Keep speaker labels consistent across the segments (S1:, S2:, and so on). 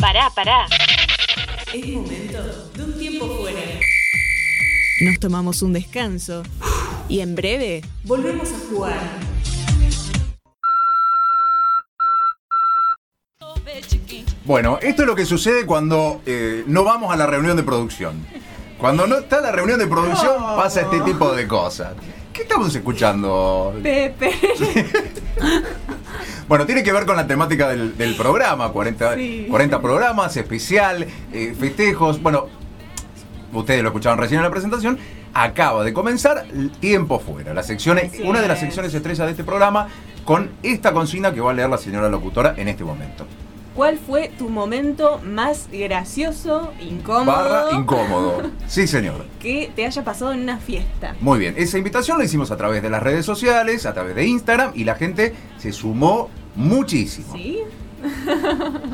S1: Pará, pará.
S2: Es momento de un tiempo fuera.
S3: Nos tomamos un descanso y en breve
S2: Volvemos a jugar.
S4: Bueno, esto es lo que sucede cuando eh, no vamos a la reunión de producción. Cuando no está la reunión de producción, pasa este tipo de cosas. ¿Qué estamos escuchando?
S5: Pepe.
S4: Bueno, tiene que ver con la temática del, del programa, 40,
S5: Sí.
S4: 40 programas, especial, eh, festejos. Bueno, ustedes lo escuchaban recién en la presentación. Acaba de comenzar el Tiempo Fuera, la sección,
S5: Así
S4: una de las
S5: es.
S4: secciones estrellas de este programa, con esta consigna que va a leer la señora locutora en este momento.
S5: ¿Cuál fue tu momento más gracioso, incómodo,
S4: Barra incómodo. Sí, señor.
S5: que te haya pasado en una fiesta?
S4: Muy bien, esa invitación la hicimos a través de las redes sociales, a través de Instagram, y la gente se sumó muchísimo.
S5: ¿Sí?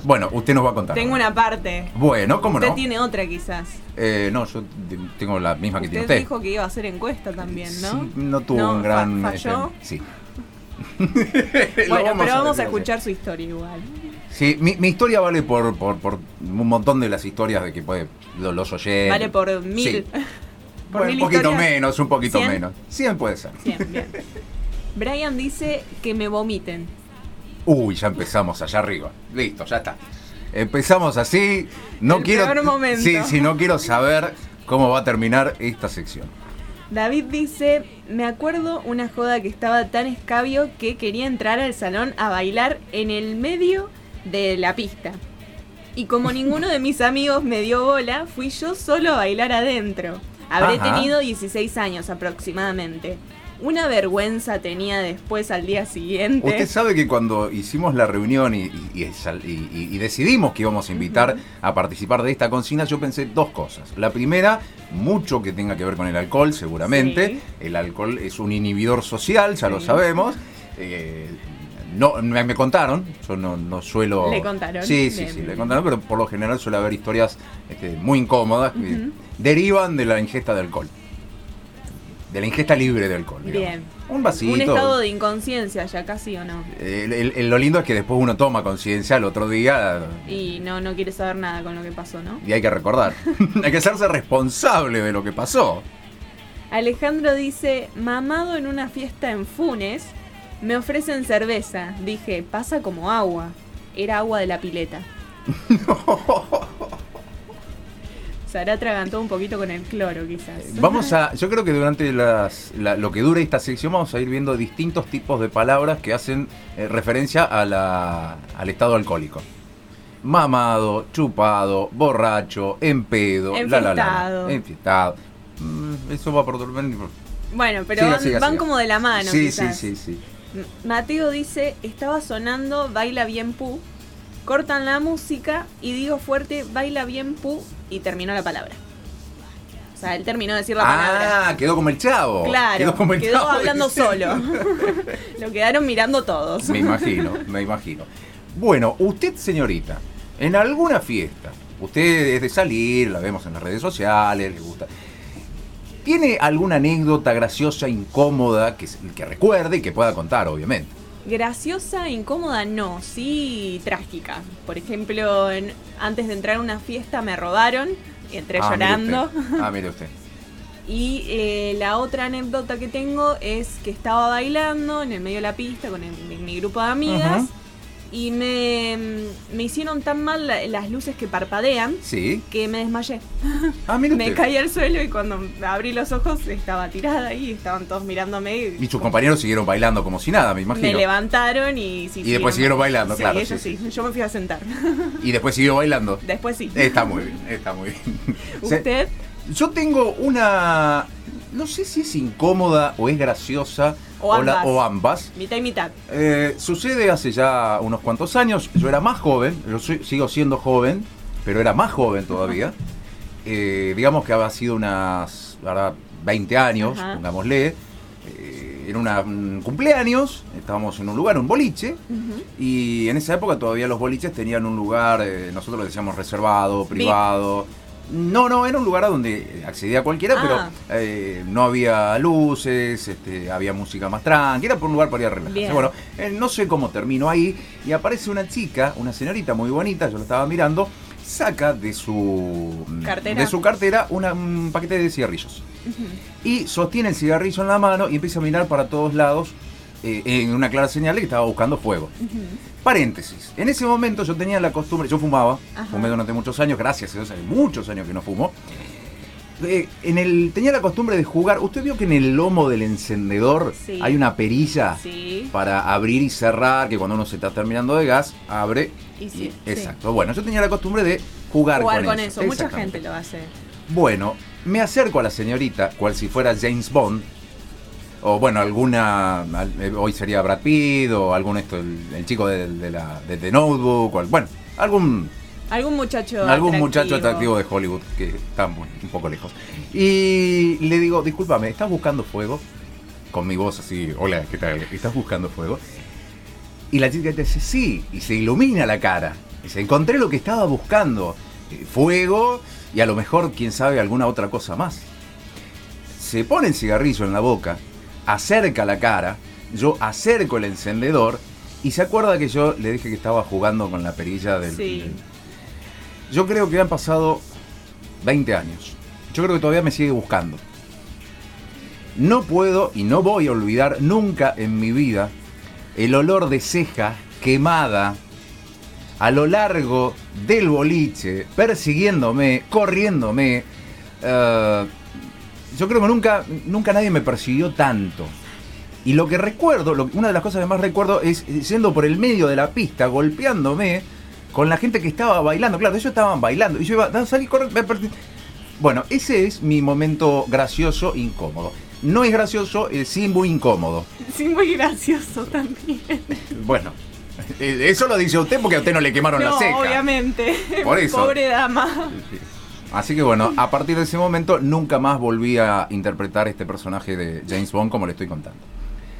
S4: Bueno, usted nos va a contar.
S5: Tengo una parte.
S4: Bueno, ¿cómo
S5: Usted
S4: no?
S5: tiene otra quizás.
S4: Eh, no, yo te- tengo la misma que
S5: Usted,
S4: tiene usted.
S5: dijo que iba a hacer encuesta también, ¿no?
S4: Sí, no tuvo
S5: No,
S4: un gran.
S5: fa- falló.
S4: este, sí. Lo
S5: Bueno, pero vamos a
S4: desglosar.
S5: escuchar su historia igual.
S4: Sí, mi, mi historia vale por, por, por un montón de las historias de que puede, lo- los oyentes.
S5: Vale por mil.
S4: Eh, Sí.
S5: por
S4: Bueno,
S5: mil
S4: un poquito
S5: historias.
S4: menos, un poquito
S5: ¿Cien?
S4: menos. 100 puede ser.
S5: Bien, bien. Brian dice que me vomiten.
S4: Uy, ya empezamos allá arriba. Listo, ya está. Empezamos así. No
S5: El
S4: quiero.
S5: peor momento.
S4: Sí, sí, no quiero saber cómo va a terminar esta sección.
S5: David dice, me acuerdo una joda que estaba tan escabio que quería entrar al salón a bailar en el medio de la pista. Y como ninguno de mis amigos me dio bola, fui yo solo a bailar adentro. Habré
S4: Ajá.
S5: tenido 16 años aproximadamente. Una vergüenza tenía después al día siguiente.
S4: Usted sabe que cuando hicimos la reunión y, y- y sal- y- y- y decidimos que íbamos a invitar a participar de esta consigna, yo pensé dos cosas. La primera, mucho que tenga que ver con el alcohol, seguramente.
S5: Sí.
S4: El alcohol es un inhibidor social, ya lo
S5: Sí.
S4: sabemos. Eh, no, me, me contaron, yo no, no suelo...
S5: ¿Le contaron?
S4: Sí, sí,
S5: Bien,
S4: sí,
S5: bien,
S4: le
S5: bien.
S4: contaron, pero por lo general suele haber historias este, muy incómodas que
S5: Ujú.
S4: derivan de la ingesta de alcohol. De la ingesta libre de alcohol. digamos.
S5: Bien.
S4: Un vasito.
S5: Un estado de inconsciencia ya casi o no.
S4: El- el- el- lo lindo es que después uno toma conciencia al otro día
S5: Y no, no quiere saber nada con lo que pasó, ¿no?
S4: y hay que recordar. hay que hacerse responsable de lo que pasó.
S5: Alejandro dice, mamado en una fiesta en Funes, me ofrecen cerveza. Dije, pasa como agua. Era agua de la pileta. Sara atragantó un poquito con el cloro, quizás.
S4: Eh, Vamos a, yo creo que durante las, la- lo que dure esta sección vamos a ir viendo distintos tipos de palabras que hacen eh, referencia a la- al estado alcohólico. Mamado, chupado, borracho, en pedo, la la la.
S5: Enfiestado.
S4: la. Enfiestado. Mm, Eso va por dormir.
S5: Bueno, pero
S4: Siga,
S5: van,
S4: siga,
S5: van
S4: siga.
S5: como de la mano,
S4: sí, sí,
S5: quizás.
S4: sí, sí.
S5: M- Mateo dice, estaba sonando Baila Bien Pu, cortan la música y digo fuerte Baila Bien Pu y terminó la palabra. O sea, él terminó de decir la palabra.
S4: Ah, quedó como el chavo.
S5: Claro, quedó,
S4: como el chavo.
S5: hablando solo. Lo quedaron mirando todos.
S4: Me imagino, me imagino. Bueno, usted, señorita, en alguna fiesta, usted es de salir, la vemos en las redes sociales, le gusta. ¿Tiene alguna anécdota graciosa, incómoda, que, que recuerde y que pueda contar, obviamente?
S5: Graciosa, incómoda, no, sí trágica. Por ejemplo, en- antes de entrar a una fiesta me robaron, entré
S4: Ah, mire
S5: llorando.
S4: usted. Ah, mire usted.
S5: Y eh, la otra anécdota que tengo es que estaba bailando en el medio de la pista con el- mi, mi grupo de amigas
S4: Ajá.
S5: y me, mm, me hicieron tan mal la- las luces que parpadean
S4: Sí.
S5: que me desmayé.
S4: Ah, mire
S5: Me
S4: usted.
S5: caí al suelo y cuando abrí los ojos estaba tirada ahí, estaban todos mirándome.
S4: Y sus compañeros siguieron bailando como si nada, me
S5: Me
S4: imagino.
S5: levantaron y sí,
S4: Y después siguieron bailando,
S5: Sí,
S4: claro,
S5: eso
S4: sí,
S5: sí. Yo me fui a sentar.
S4: Y después siguió bailando.
S5: Después sí.
S4: Está muy bien, está muy bien. Eh, Se-
S5: ¿Usted?
S4: Yo tengo una. No sé si es incómoda o es graciosa.
S5: O ambas.
S4: o ambas.
S5: Mitad y mitad.
S4: Eh, sucede hace ya unos cuantos años. Yo era más joven. Yo soy- sigo siendo joven. Pero era más joven todavía. Eh, digamos que había sido unas. ahora, 20 años,
S5: Ajá.
S4: pongámosle. Eh, era una- un cumpleaños. Estábamos en un lugar, un boliche.
S5: Ujú.
S4: Y en esa época todavía los boliches tenían un lugar, eh, nosotros lo decíamos reservado, privado. No, no, era un lugar a donde accedía cualquiera,
S5: Ah.
S4: pero eh, no había luces, este, había música más tranquila, era por un lugar para ir a relajarse.
S5: Bien.
S4: Bueno, eh, no sé cómo termino ahí y aparece una chica, una señorita muy bonita, yo la estaba mirando, saca de su mm,
S5: Cartera.
S4: de su cartera una- un paquete de cigarrillos. Y sostiene el cigarrillo en la mano y empieza a mirar para todos lados eh, en una clara señal de que estaba buscando fuego. Paréntesis. En ese momento yo tenía la costumbre, yo fumaba,
S5: Ajá.
S4: fumé durante muchos años, gracias a Dios, hace muchos años que no fumo. Eh, en el, tenía la costumbre de jugar. Usted vio que en el lomo del encendedor
S5: Sí.
S4: hay una perilla
S5: Sí.
S4: para abrir y cerrar, que cuando uno se está terminando de gas, abre.
S5: Y sí, sí.
S4: exacto. Bueno, yo tenía la costumbre de jugar,
S5: Jugar con eso. Mucha
S4: Exactamente.
S5: gente lo hace.
S4: Bueno, me acerco a la señorita, cual si fuera James Bond, o bueno, alguna, al- eh, hoy sería Brad Pitt, o algún esto, el, el chico de, de la, de The Notebook, o al- bueno, algún,
S5: Algún muchacho.
S4: algún muchacho atractivo de Hollywood que está muy- un poco lejos. Y le digo, discúlpame, ¿estás buscando fuego? Con mi voz así, hola, ¿qué tal? ¿Estás buscando fuego? Y la chica te dice, sí, y se ilumina la cara. Dice, encontré lo que estaba buscando. eh, Fuego y a lo mejor, quién sabe, alguna otra cosa más. Se pone el cigarrillo en la boca, acerca la cara, yo acerco el encendedor y se acuerda que yo le dije que estaba jugando con la perilla del...
S5: Sí.
S4: del- Yo creo que han pasado 20 años. Yo creo que todavía me sigue buscando. No puedo y no voy a olvidar nunca en mi vida el olor de ceja quemada a lo largo del boliche, persiguiéndome, corriéndome. Eh, yo creo que nunca, nunca nadie me persiguió tanto. Y lo que recuerdo, lo- una de las cosas que más recuerdo es eh, yendo por el medio de la pista, golpeándome con la gente que estaba bailando. Claro, ellos estaban bailando. Y yo iba, "Dan, salí, corre, me perdí". Bueno, ese es mi momento gracioso, incómodo. No es gracioso, es sí muy incómodo.
S5: Sí, muy gracioso también.
S4: Bueno, eh, eso lo dice usted porque a usted no le quemaron la
S5: no,
S4: ceja.
S5: obviamente.
S4: Por eso.
S5: Pobre dama.
S4: Así que bueno, a partir de ese momento nunca más volví a interpretar este personaje de James Bond como le estoy contando.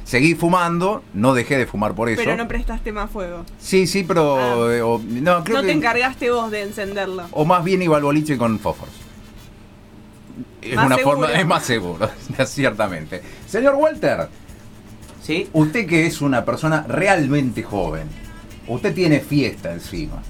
S4: Seguí fumando, no dejé de fumar por eso.
S5: Pero no prestaste más fuego.
S4: Sí, sí, pero
S5: Ah.
S4: eh, o- no creo
S5: no te
S4: que-
S5: encargaste vos de encenderlo.
S4: o más bien iba al boliche con fósforos. Es
S5: Más
S4: una forma,
S5: seguro.
S4: es más seguro, ciertamente. Señor Walter,
S1: ¿Sí?
S4: usted que es una persona realmente joven, usted tiene fiesta encima.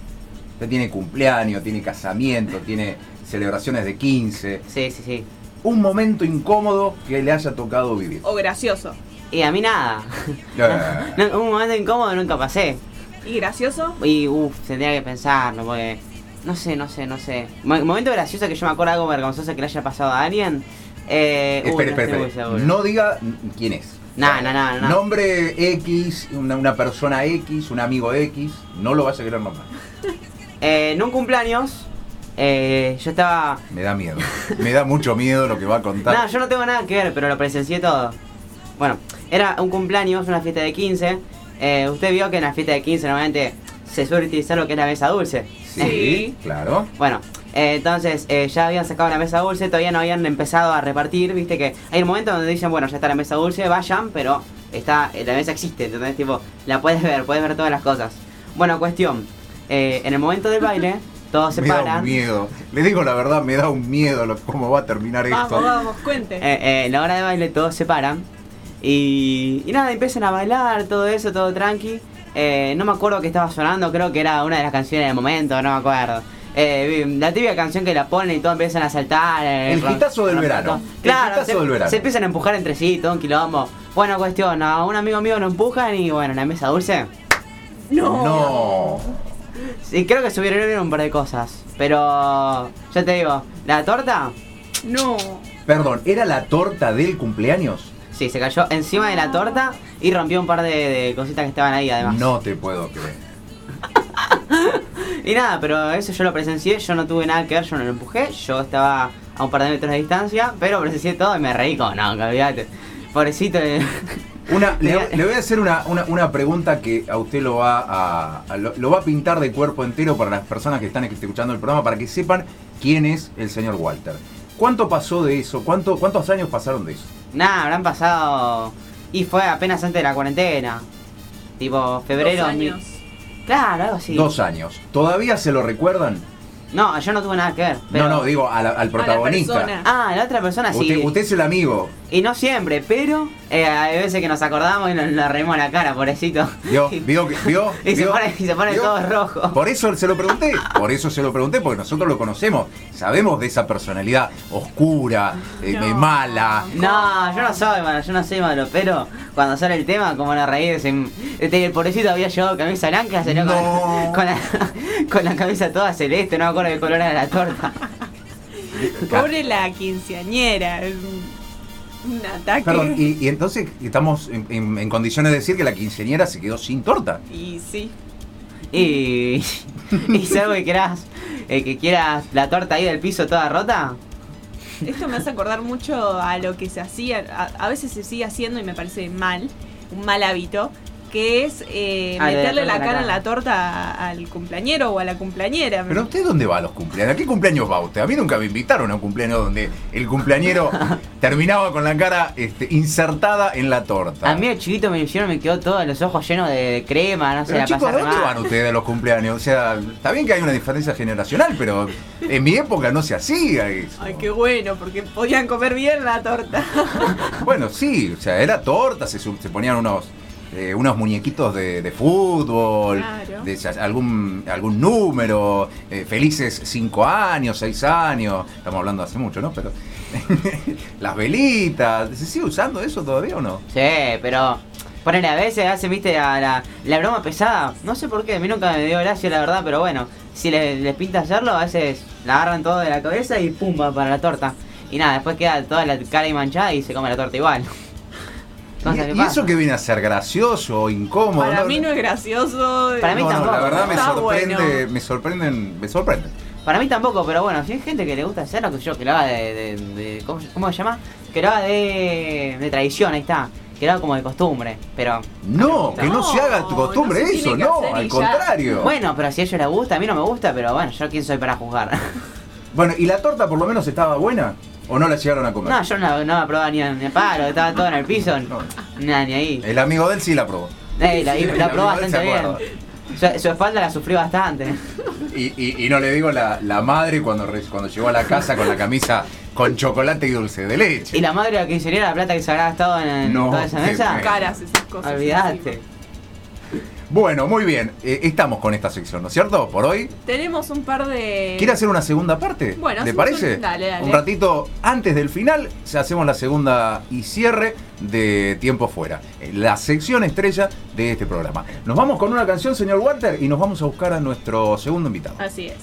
S4: Usted tiene cumpleaños, tiene casamiento, tiene celebraciones de 15.
S1: Sí, sí, sí.
S4: Un momento incómodo que le haya tocado vivir.
S5: O gracioso.
S1: Y a mí nada.
S4: Eh,
S1: Oh. No, un momento incómodo nunca pasé.
S5: ¿Y gracioso?
S1: Y uff, tendría que pensarlo, porque. No sé, no sé, no sé. Mo- momento gracioso que yo me acuerdo algo vergonzoso que le haya pasado a alguien. Eh, uy,
S4: espere, espere,
S1: no estoy muy
S4: espere.
S1: seguro.
S4: No diga quién es.
S1: No, no, no, no.
S4: Nombre X, una, una persona X, un amigo X, no lo vas a querer nombrar.
S1: Eh, en un cumpleaños, eh, yo estaba.
S4: Me da miedo. Me da mucho miedo lo que va a contar.
S1: No, yo no tengo nada que ver, pero lo presencié todo. Bueno, era un cumpleaños, una fiesta de 15. Eh, usted vio que en la fiesta de 15 normalmente se suele utilizar lo que es la mesa dulce.
S4: Sí,
S5: Sí.
S4: claro.
S1: Bueno, eh, entonces eh, ya habían sacado la mesa dulce, todavía no habían empezado a repartir, viste que hay un momento donde dicen, bueno, ya está la mesa dulce, vayan, pero está, eh, la mesa existe, ¿entendés? Tipo, la puedes ver, puedes ver todas las cosas. Bueno, cuestión, eh, en el momento del baile, todos se
S4: me da un
S1: paran.
S4: miedo. Le digo la verdad, me da un miedo lo- cómo va a terminar
S5: Vamos,
S4: esto.
S5: vamos, cuente.
S1: Eh, eh, en la hora de baile todos se paran. Y, y nada, empiezan a bailar, todo eso, todo tranqui. Eh, no me acuerdo qué estaba sonando, creo que era una de las canciones del momento, no me acuerdo. Eh, la tibia canción que la ponen y todos empiezan a saltar. eh,
S4: El
S1: rom-
S4: hitazo del
S1: romper
S4: verano.
S1: todo.
S4: El
S1: Claro,
S4: hitazo
S1: se,
S4: del verano.
S1: se empiezan a empujar entre sí, todo un quilombo. Bueno, cuestión, a un amigo mío lo empujan y bueno, en la mesa dulce.
S5: No.
S1: Sí, creo que subieron un par de cosas. Pero, ya te digo, la torta,
S5: No.
S4: Perdón, ¿era la torta del cumpleaños?
S1: Sí, se cayó encima de la torta y rompió un par de, de cositas que estaban ahí además.
S4: No te puedo creer.
S1: Y nada, pero eso yo lo presencié, yo no tuve nada que ver, yo no lo empujé, yo estaba a un par de metros de distancia, pero presencié todo y me reí como, no, que olvídate. Pobrecito. eh.
S4: Una, le,
S1: Mira.
S4: le voy a hacer una, una- una pregunta que a usted lo va a, a- lo, lo va a pintar de cuerpo entero para las personas que están escuchando el programa para que sepan quién es el señor Walter. ¿Cuánto pasó de eso? ¿Cuánto, ¿Cuántos años pasaron de eso?
S1: nada, habrán pasado... Y fue apenas antes de la cuarentena. Tipo, febrero...
S5: Dos
S1: mi-
S5: años.
S1: Claro, algo así.
S4: Dos años. ¿Todavía se lo recuerdan?
S1: No, yo no tuve nada que ver. Pero...
S4: No, no, digo a la- al protagonista.
S5: persona.
S1: Ah, la otra persona sí.
S4: Usted, usted es el amigo.
S1: Y no siempre, pero eh, hay veces que nos acordamos y nos, nos reímos la cara, pobrecito.
S4: Vio, vio, que- vio.
S1: Y se
S4: vio,
S1: pone- y se pone
S4: vio.
S1: todo rojo.
S4: Por eso se lo pregunté, por eso se lo pregunté, porque nosotros lo conocemos, sabemos de esa personalidad oscura, eh,
S5: No.
S4: mala.
S1: No, yo no soy malo, yo no soy malo, pero cuando sale el tema, como nos reímos, en- este, el pobrecito había llevado camisa blanca, salió con-
S4: No.
S1: con, la, con la camisa toda celeste, no me acuerdo qué color era la torta.
S5: Pobre la quinceañera. es Un un ataque.
S4: Perdón, y, y entonces estamos en, en- en condiciones de decir que la quinceañera se quedó sin torta.
S5: Y sí.
S1: Y, y salvo que quieras, eh, que quieras la torta ahí del piso toda rota,
S5: Esto me hace acordar mucho a lo que se hacía, a, a veces se sigue haciendo y me parece mal, un mal hábito, que es eh,
S1: Ah, de
S5: meterle
S1: la
S5: la
S1: torta
S5: cara
S1: en
S5: en
S1: la
S5: la torta a- al cumpleañero o a la cumpleañera.
S4: Pero usted dónde va a los cumpleaños? ¿A qué cumpleaños va usted? A mí nunca me invitaron a un cumpleaños donde el cumpleañero terminaba con la cara este, insertada en la torta.
S1: a mí el chiquito me hicieron, me quedó todos los ojos llenos de crema, no sé,
S4: Pero
S1: la
S4: chicos, ¿a
S1: pasé re
S4: dónde
S1: mal.
S4: van ustedes a los cumpleaños? O sea, está bien que hay una diferencia generacional, pero en mi época no se hacía eso.
S5: Ay, qué bueno, porque podían comer bien la torta.
S4: Bueno, sí, o sea, era torta, se, su- se ponían unos, eh, unos muñequitos de, de fútbol,
S5: Claro.
S4: de esas- algún, algún número, eh, felices 5 años, 6 años, estamos hablando hace mucho, ¿no? Pero las velitas, ¿se sigue usando eso todavía o no?
S1: Sí, pero ponele a veces, hace, viste, la, la, la broma pesada. No sé por qué, a mí nunca me dio gracia, la verdad, pero bueno, si le- les pinta hacerlo, a veces la agarran todo de la cabeza y pum, va para la torta. Y nada, después queda toda la cara ahí manchada y se come la torta igual. Cosa que
S4: ¿Y, y
S1: pasa.
S4: eso que viene a ser gracioso o incómodo?
S5: Para
S4: ¿no?
S5: mí no es gracioso.
S1: Para mí
S4: No, no,
S1: tampoco.
S4: la verdad me
S5: Está
S4: sorprende,
S5: bueno.
S4: me sorprenden, me sorprenden.
S1: Para mí tampoco, pero bueno, si hay gente que le gusta hacerlo, que yo, que lo haga de. de- de- ¿cómo, se- cómo se llama? Que lo haga de, de tradición, ahí está. Que lo haga como de costumbre, pero.
S4: No, que no se haga tu
S5: No,
S4: costumbre
S5: no se
S4: eso,
S5: tiene que
S4: no,
S5: hacer y
S4: al
S5: ya.
S4: contrario.
S1: Bueno, pero si a ellos les gusta, a mí no me gusta, pero bueno, yo quién soy para juzgar.
S4: Bueno, ¿y la torta por lo menos estaba buena? ¿O no la llegaron a comer?
S1: No, yo no, no probaba ni en el palo, estaba todo en el piso.
S4: No.
S1: Nada, ni ahí.
S4: El amigo de él sí la probó.
S1: Eh, la, la probó
S4: amigo de él se
S1: bastante bien.
S4: acuerda.
S1: Su, su espalda la sufrió bastante.
S4: Y, y- y no le digo la, la madre cuando, re- cuando llegó a la casa con la camisa con chocolate y dulce de leche.
S1: Y la madre de la quinceañera, la plata que se habrá gastado en, en
S4: No,
S1: toda esa
S4: qué
S1: mesa.
S4: feo.
S5: Caras esas cosas.
S1: Olvídate.
S5: encima.
S4: Bueno, muy bien. eh, estamos con esta sección, ¿no es cierto? Por hoy.
S5: Tenemos un par de.
S4: ¿Quiere hacer una segunda parte?
S5: Eh, Bueno,
S4: ¿Le
S5: hacemos
S4: parece?
S5: un- dale, dale.
S4: Un ratito antes del final, se- hacemos la segunda y cierre de Tiempo Fuera, eh, la sección estrella de este programa. Nos vamos con una canción, señor Walter, y nos vamos a buscar a nuestro segundo invitado.
S5: Así es.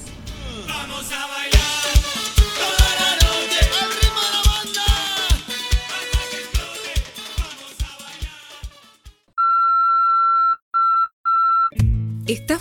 S3: ¿Estás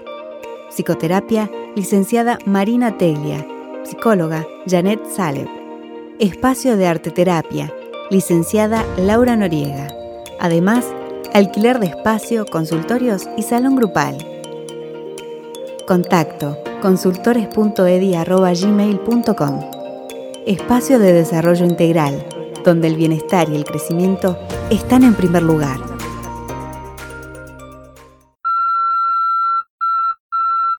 S6: Psicoterapia, licenciada Marina Teglia, psicóloga Janet Saleb. Espacio de Arteterapia, licenciada Laura Noriega. Además, alquiler de espacio, consultorios y salón grupal. Contacto consultores.edi.gmail.com Espacio de Desarrollo Integral, donde el bienestar y el crecimiento están en primer lugar.